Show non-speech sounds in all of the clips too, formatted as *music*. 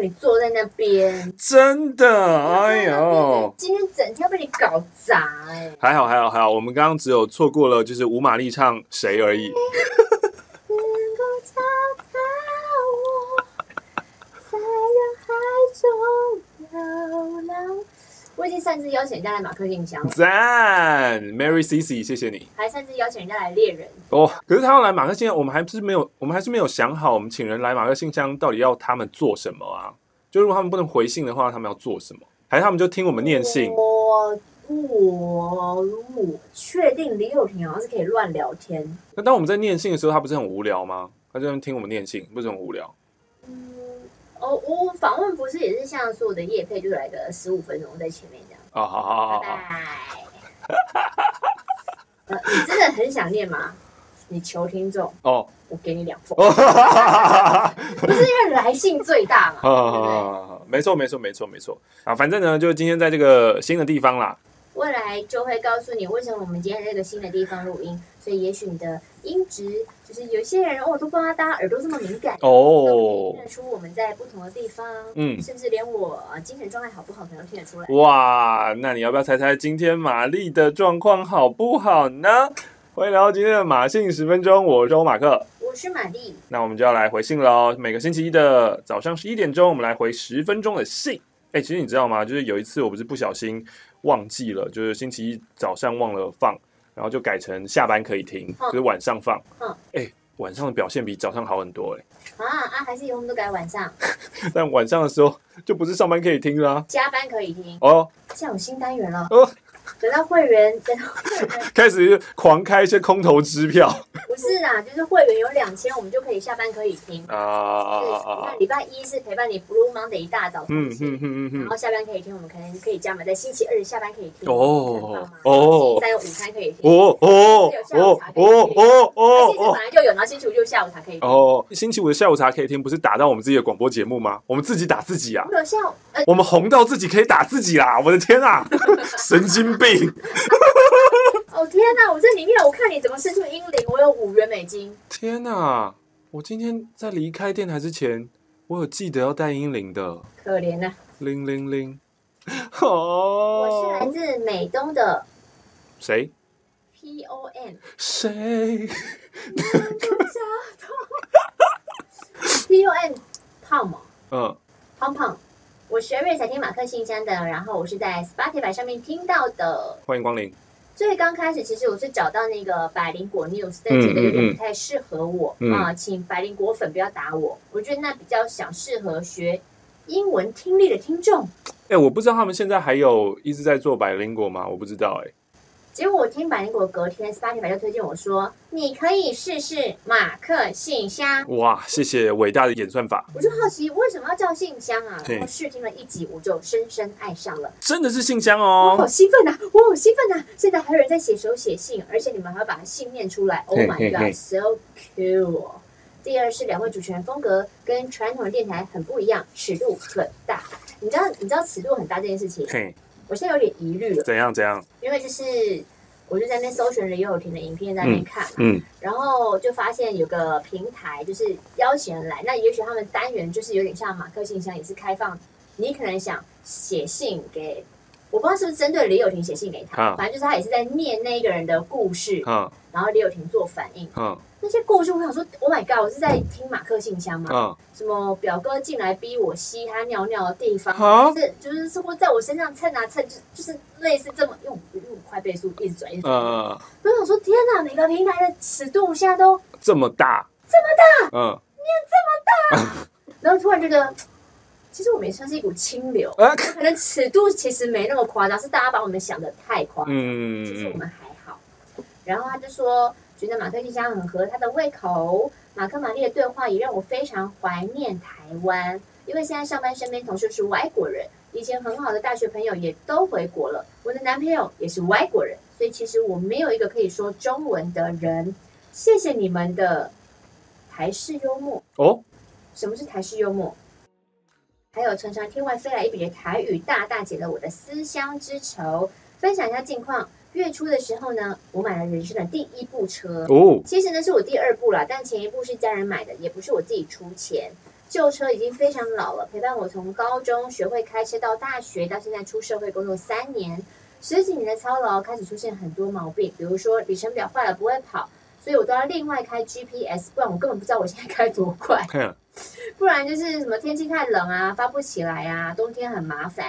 你坐在那边，真的，啊哎呦，今天整天被你搞砸哎、还好还好还好，我们刚刚只有错过了就是五马力唱谁而已。能够找到我，在人海中流浪。我已经擅自邀请人家来马克信箱了，赞，Mary C C，谢谢你还擅自邀请人家来猎人。哦。可是他要来马克信箱，我们还是没有，我们还是没有想好，我们请人来马克信箱到底要他们做什么啊？就如果他们不能回信的话，他们要做什么？还是他们就听我们念信？我我我确定李友廷好像是可以乱聊天。那当我们在念信的时候，他不是很无聊吗？他就在那边听我们念信，不是很无聊？嗯，哦，我访问不是也是像所有的夜配，就是来个十五分钟在前面这样。啊，好好好好拜好，拜。呃你真的很想念吗？你求听众，哦，我给你两封，哦，哈哈哈哈不是因为来信最大 *laughs* 嘛？对不对哈，没错没错没错没错啊，反正呢，就今天在这个新的地方啦，未来就会告诉你为什么我们今天在这个新的地方录音，所以也许你的音质就是有些人哦，我都不知道大家耳朵这么敏感，都哦听，得出我们在不同的地方，嗯甚至连我、呃、精神状态好不好可能都听得出来。哇，那你要不要猜猜今天玛丽的状况好不好呢？欢迎来到今天的马信十分钟，我是欧马克。我是玛丽，那我们就要来回信喽。每个星期一的早上十一点钟，我们来回十分钟的信。哎、其实你知道吗？就是有一次我不是不小心忘记了，就是星期一早上忘了放，然后就改成下班可以听，嗯就是晚上放。嗯哎、晚上的表现比早上好很多哎、啊啊，还是以后我们都改晚上但晚上的时候就不是上班可以听啦、加班可以听，哦现在有新单元了，哦，等到会员，等到会员。开始狂开一些空头支票不是啦，就是会员有两千，我们就可以下班可以听。啊啊就是啊啊那！礼拜一是陪伴你 Blue Monday 一大早嗯通勤，嗯嗯然嗯后下班可以听，我们可能可以加码在星期二下班可以听。哦很棒哦嘛星期三午餐可以听，哦哦哦那哦哦哦星期哦四！本来就有，然后星期五就下午才可以听。哦，星期五的下午茶可以听，不是打到我们自己的广播节目吗？我们自己打自己啊我！们有下午，呃，我们红到自己可以打自己啦！我的天啊，神经病！哦天哪！我这里面我看你怎么伸出英灵，我有五元美金，天哪，我今天在离开电台之前，我有记得要带英铃的，可怜呐、铃铃铃。我是来哦，自美东的谁 P O M 谁？ P O M 胖吗？嗯，胖胖，我十二月才听马克信箱的，然后我是在 Spotify 上面听到的。欢迎光临。最刚开始，其实我是找到那个百灵果 News，但觉得有点不太适合我啊、嗯嗯嗯请百灵果粉不要打我，我觉得那比较想适合学英文听力的听众。哎、我不知道他们现在还有一直在做百灵果吗？我不知道哎、结果我听百灵果隔天，Spotify 就推荐我说，你可以试试马克信箱。哇，谢谢伟大的演算法，我就好奇为什么要叫信箱啊？对然后试听了一集，我就深深爱上了。真的是信箱我好哦。兴奋呐、啊我好兴奋呐、现在还有人在写手写信，而且你们还要把信念出来。Oh 嘿 my 嘿嘿 god，so cool！第二是两位主持人风格跟传统的电台很不一样，尺度很大。你知道你知道尺度很大这件事情，嘿，我现在有点疑虑了，怎样怎样？因为就是我就在那边搜寻了游友婷的影片，在那边看嘛，嗯，然后就发现有个平台就是邀请人来，那也许他们单元就是有点像马克信箱，也是开放，你可能想写信给，我不知道是不是针对李友廷写信给他，嗯反正就是他也是在念那个人的故事，嗯然后李友廷做反应。嗯那些故事我想说，Oh my god，我是在听马克信箱嘛？嗯，什么表哥进来逼我吸他尿尿的地方，啊就是就是是会在我身上蹭啊蹭，就就是类似这么用用快倍速一直转一直转。呃，我想说，天哪，每个平台的尺度现在都。这么大，这么大，嗯，然后突然觉得，其实我们也算是一股清流，啊，可能尺度其实没那么夸张，是大家把我们想的太夸张，其实我嗯，们还好。然后他就说，觉得马克信箱很合他的胃口，马克玛丽的对话也让我非常怀念台湾，因为现在上班身边同事是外国人，以前很好的大学朋友也都回国了，我的男朋友也是外国人，所以其实我没有一个可以说中文的人。谢谢你们的台式幽默。哦，什么是台式幽默？还有常常天外飞来一笔的台语，大大解了我的思乡之愁。分享一下近况，月初的时候呢，我买了人生的第一部车，哦，其实呢是我第二部啦，但前一部是家人买的，也不是我自己出钱。旧车已经非常老了，陪伴我从高中学会开车到大学，到现在出社会工作三年。十几年的操劳开始出现很多毛病，比如说里程表坏了不会跑，所以我都要另外开 GPS，不然我根本不知道我现在开多快。哼不然就是什么天气太冷啊，发不起来啊，冬天很麻烦。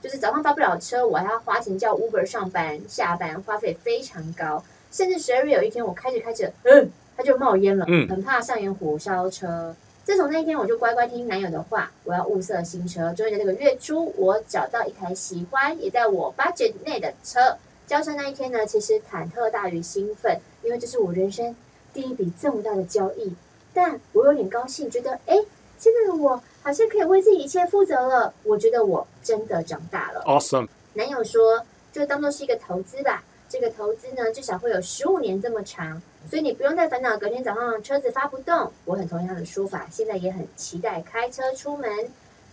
就是早上发不了车，我还要花钱叫 Uber 上班、下班，花费非常高。甚至十二月有一天，我开着开着，嗯，它就冒烟了，嗯很怕上演火烧车。自从那一天，我就乖乖听男友的话，我要物色新车。终于在这个月初，我找到一台喜欢也在我 budget 内的车。交车那一天呢，其实忐忑大于兴奋，因为这是我人生第一笔这么大的交易。但我有点高兴，觉得哎，诶现在的我好像可以为自己一切负责了。我觉得我真的长大了。 ，awesome，男友说，就当做是一个投资吧。这个投资呢，至少会有十五年这么长，所以你不用再烦恼隔天早上车子发不动。我很同意他的说法，现在也很期待开车出门。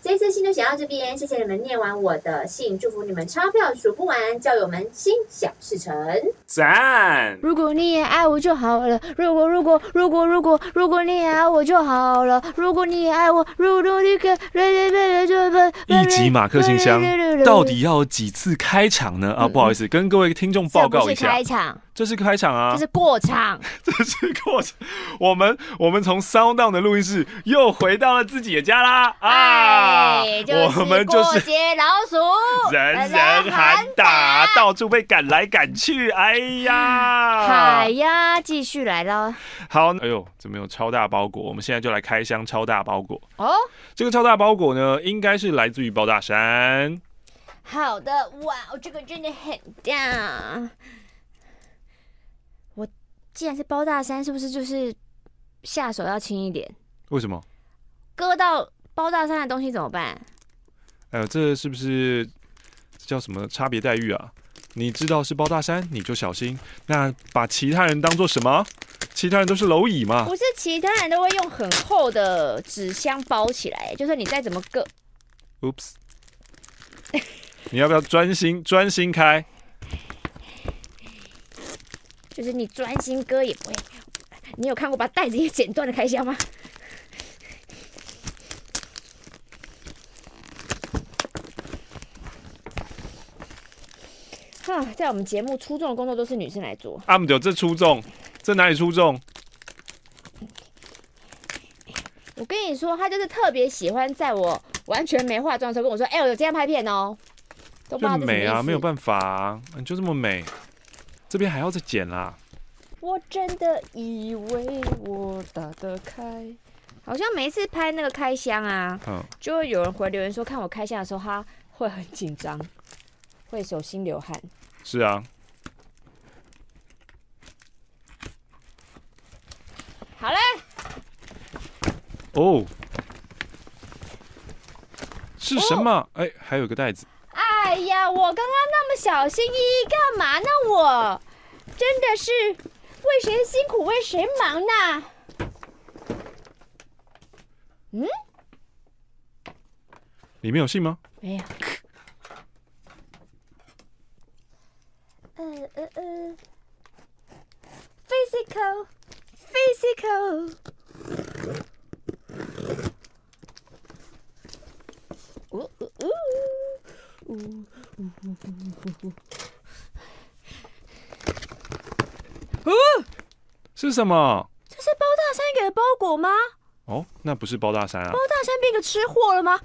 这次信就写到这边，谢谢你们念完我的信，祝福你们钞票数不完，教友们心想事成。赞，如果你也爱我就好了。如果如果如果如果如果你也爱我就好了。如果你也爱我，如果你可一集马克信 *laughs* 箱到底要几次开场呢？啊，嗯不好意思，跟各位听众报告一这不是下开，场，这是开场啊这，是过场。 *laughs* 这是过程。我们我们从 Sound Down 的录音室又回到了自己的家啦啊哎，就是我们就过是街老鼠，人人喊打，到处被赶来赶去，哎呀海，呀，继续来了好，哎呦，怎么有超大包裹？我们现在就来开箱超大包裹。哦。这个超大包裹呢，应该是来自于包大山。好的，哇，这个真的很大。我既然是包大山，是不是就是下手要轻一点？为什么？割到包大山的东西怎么办？哎呦，这是不是这叫什么差别待遇啊？你知道是包大山，你就小心。那把其他人当做什么？其他人都是蝼蚁嘛。不是其他人都会用很厚的纸箱包起来，就是你再怎么割， *laughs* Oops，你要不要专心专心开？就是你专心割也不会。你有看过把袋子也剪断的开箱吗？啊，在我们节目出众的工作都是女生来做。阿姆丢，这出众，这哪里出众？我跟你说，她就是特别喜欢在我完全没化妆的时候跟我说：“哎、我有今天拍片哦。”都不知道就这什么美意啊，思没有办法、啊，你就这么美。这边还要再剪啦，我真的以为我打得开。好像每一次拍那个开箱啊，嗯，就会有人回留言说，看我开箱的时候，他会很紧张，会手心流汗。是啊，好嘞，哦，是什么？哎、还有一个袋子，哎呀，我刚刚那么小心翼翼干嘛呢？我真的是为谁辛苦为谁忙呢？里面有信吗？没有。呃呃呃，physical physical。呜呜呜呜呜是什么？这是包大山给的包裹吗？哦，那不是包大山啊，包大山变个吃货了吗？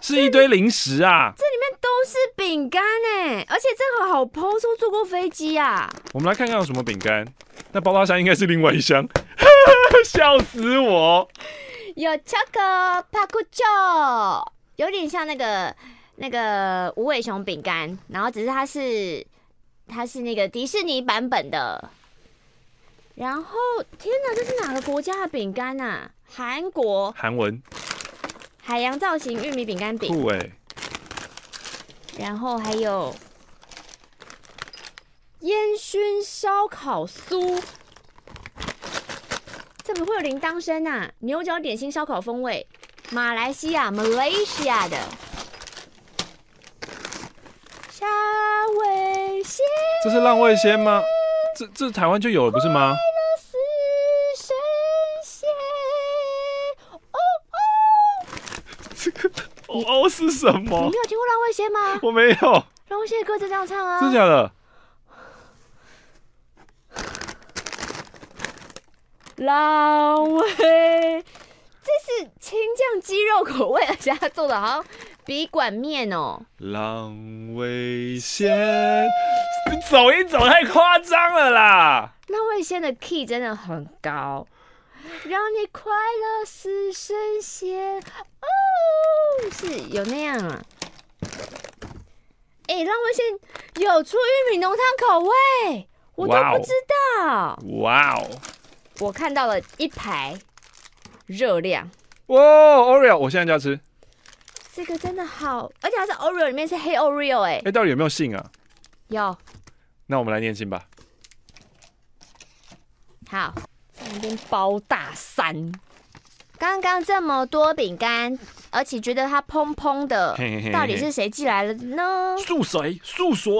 这是一堆零食啊。里面都是饼干哎，而且正好好抛出坐过飞机啊！我们来看看有什么饼干。那包大山应该是另外一箱， *laughs* 笑死我！有巧克帕库丘，有点像那个那个无尾熊饼干，然后只是它是它是那个迪士尼版本的。然后，天哪，这是哪个国家的饼干啊？韩国韩文海洋造型玉米饼干饼，酷哎、然后还有烟熏烧烤酥，怎么会有铃铛声啊？牛角点心烧烤风味，马来西亚 （Malaysia） 的。小这是浪味仙吗？这这台湾就有了不是吗？死神仙，哦哦， *laughs* 哦哦是什你么没？有听过浪味仙吗？我没有，浪味仙的歌就这样唱啊，真的假的？浪味，这是青酱鸡肉口味，而且它做的好像笔管面哦。浪味仙，走一走太夸张了啦！浪味仙的 key 真的很高，让你快乐似神仙哦，是有那样啊。哎、浪味仙有出玉米浓汤口味，我都哇哦不知道。哇哦，我看到了一排热量，哇，Oreo，我现哦在就要吃。这个真的好，而且它是 Oreo 里面是黑 Oreo 哎、哎、到底有没有信啊？有那我们来念信吧。好，在那边包大山。刚刚这么多饼干，而且觉得它蓬蓬的嘿嘿嘿，到底是谁寄来了呢？素水，素水。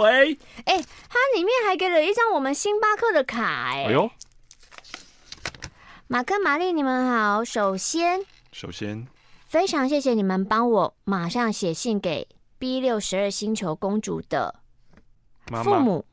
哎、它里面还给了一张我们星巴克的卡、哎、哎呦，马克、玛丽，你们好。首先，首先，非常谢谢你们帮我马上写信给 B 六十二星球公主的妈父妈，母，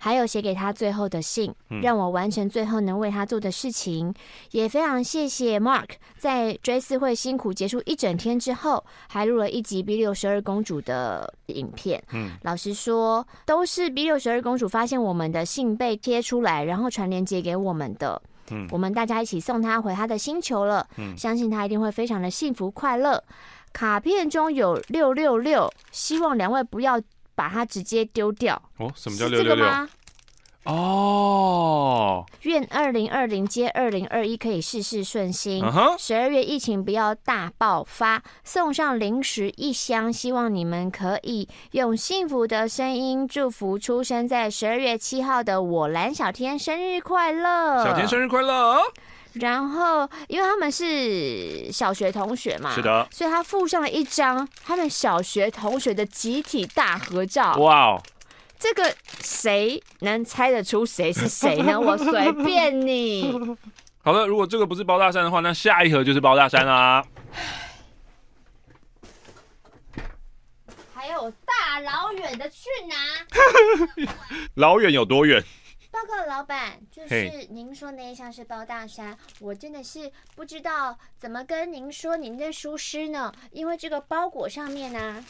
还有写给他最后的信，嗯让我完成最后能为他做的事情。也非常谢谢 Mark，在追思会辛苦结束一整天之后，还录了一集 B 六十二公主的影片。嗯，老实说，都是 B 六十二公主发现我们的信被贴出来，然后传链接给我们的。嗯我们大家一起送她回她的星球了。嗯相信她一定会非常的幸福快乐。卡片中有六六六，希望两位不要把它直接丢掉。哦，什么是叫六这六个六？吗？哦，愿二零二零接二零二一可以事事顺心啊。哈，十二月疫情不要大爆发，送上零食一箱，希望你们可以用幸福的声音祝福出生在十二月七号的我蓝小天生日快乐。小田生日快乐！哦然后，因为他们是小学同学嘛，是的，所以他附上了一张他们小学同学的集体大合照。哇哦，这个谁能猜得出谁是谁呢？我随便你。好的，如果这个不是包大山的话，那下一盒就是包大山啦、 *laughs* 还有大老远的去拿。老远有多远？报告老板，就是嘿您说那一项是包大山，我真的是不知道怎么跟您说您的疏失呢，因为这个包裹上面呢、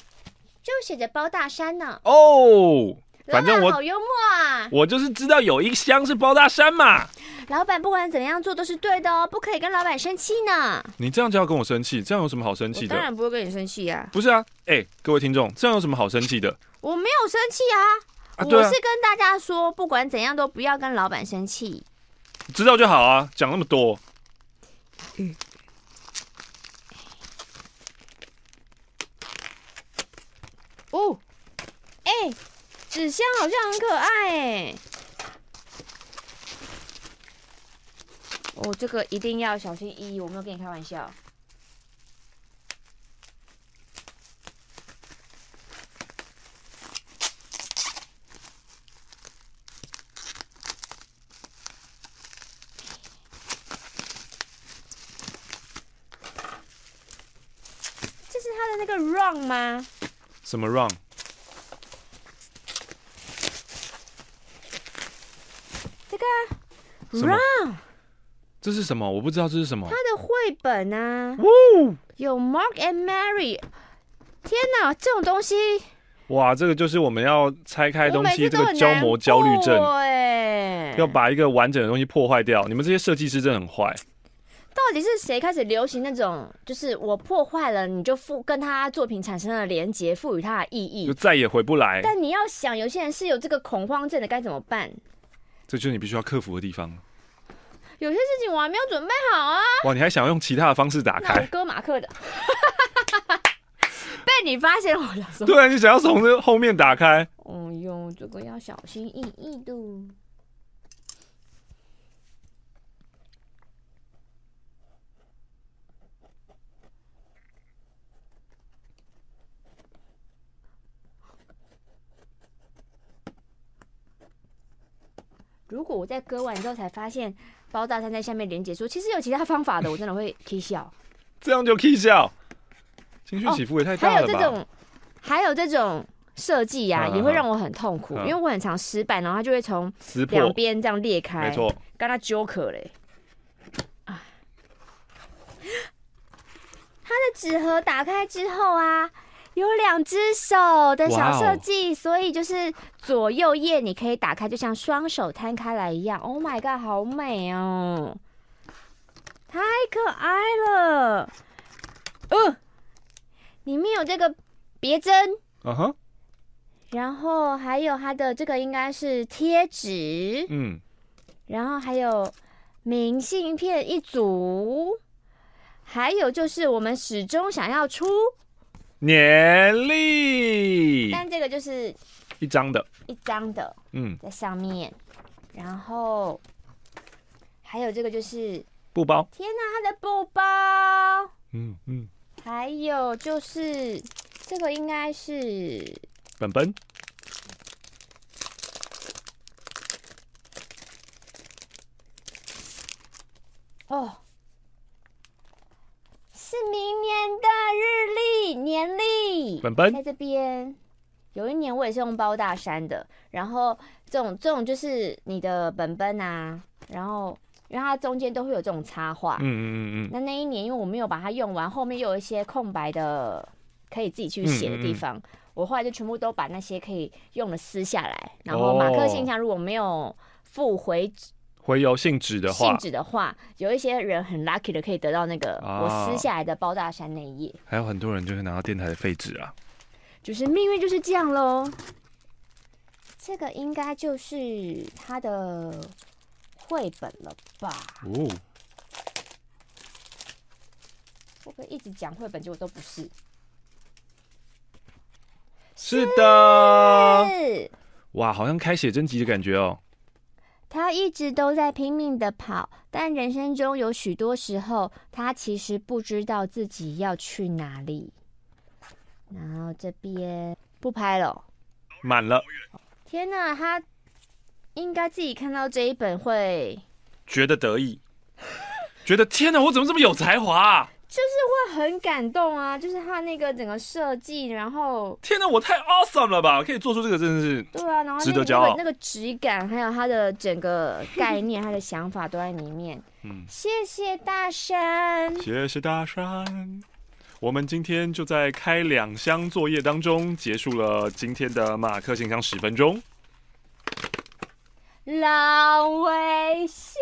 就写着包大山呢。哦，反正老板我好幽默啊！我就是知道有一箱是包大山嘛。老板不管怎么样做都是对的哦，不可以跟老板生气呢。你这样就要跟我生气，这样有什么好生气的？不会跟你生气呀、不是啊，哎、各位听众，这样有什么好生气的我没有生气啊，啊？对我啊是，跟大家说，不管怎样都不要跟老板生气。知道就好啊，讲那么多。哦，哎、纸箱好像很可爱哎、哦，这个一定要小心翼翼，我没有跟你开玩笑。这是它的那个 run 吗？什么 run？这个啊什么 Run 这是什么？我不知道这是什么他。的绘本啊，呜！有 Mark and Mary。天哪，这种东西哇，这个就是我们要拆开我东每西，次这都个很胶难膜焦虑症过，哎，要把一个完整的东西破坏掉。你们这些设计师真的很坏。哎到底是谁开始流行那种，就是我破坏了，你就赋跟他作品产生了连结，赋予它的意就义。再也回不来。但你要想，有些人是有这个恐慌症的，该怎么办？这就是你必须要克服的地方。有些事情我还没有准备好啊。哇，你还想用其他的方式打那我开？割马克的， *laughs* 被你发现了，我想说， *laughs* 对啊，你想要从这后面打开。哦哟，这个要小心翼翼的。如果我在割完之后才发现包大山在下面连接说，其实有其他方法的，我真的会 k *laughs* 笑。这样就 k 笑，情绪起伏也太哦还大有了这吧？种，还有这种设计呀，嗯也会让我很痛苦，嗯因为我很常失败，然后它就会从撕破两，边这样裂开，没错，跟他 Joker 嘞。啊唉它的纸盒打开之后啊，有两只手的小设计，哦所以就是左右页你可以打开，就像双手摊开来一样。Oh my god，好美哦，太可爱了。呃，里面有这个别针，嗯哼，然后还有它的这个应该是贴纸，嗯，然后还有明信片一组，还有就是我们始终想要出，年历但这个就是一张的，一张的嗯，在上面，然后还有这个就是布包，天哪，它的布包，嗯嗯，还有就是这个应该是本本，哦，是明年的日历年历。本本嗯在这边有一年我也是用包大山的，然后这种这种就是你的本本啊，然后因为它中间都会有这种插画。嗯嗯嗯嗯，那那一年因为我没有把它用完，后面又有一些空白的可以自己去写的地方，我后来就全部都把那些可以用的撕下来，然后马克信箱如果没有付回回邮信纸的信话，纸的话，有一些人很 lucky 的可以得到那个啊我撕下来的包大山那一页，还有很多人就会拿到电台的废纸啊，就是命运就是这样喽。这个应该就是他的绘本了吧？哦，我可以一直讲绘本，结果都不是。是的，是，哇，好像开写真集的感觉哦，他一直都在拼命的跑，但人生中有许多时候，他其实不知道自己要去哪里。然后这边不拍了哦。满了，天呐，他应该自己看到这一本会，觉得得 *laughs* 意，觉得天哪，我怎么这么有才华啊？就是会很感动啊！就是他那个整个设计，然后天哪，我太 awesome 了吧！可以做出这个，真的是对啊，然后值那得个骄那傲个那个质感，还有他的整个概念，他的想法都在里面。嗯谢谢大山，谢谢大山。我们今天就在开两箱作业当中结束了今天的马克信箱十分钟。老微笑。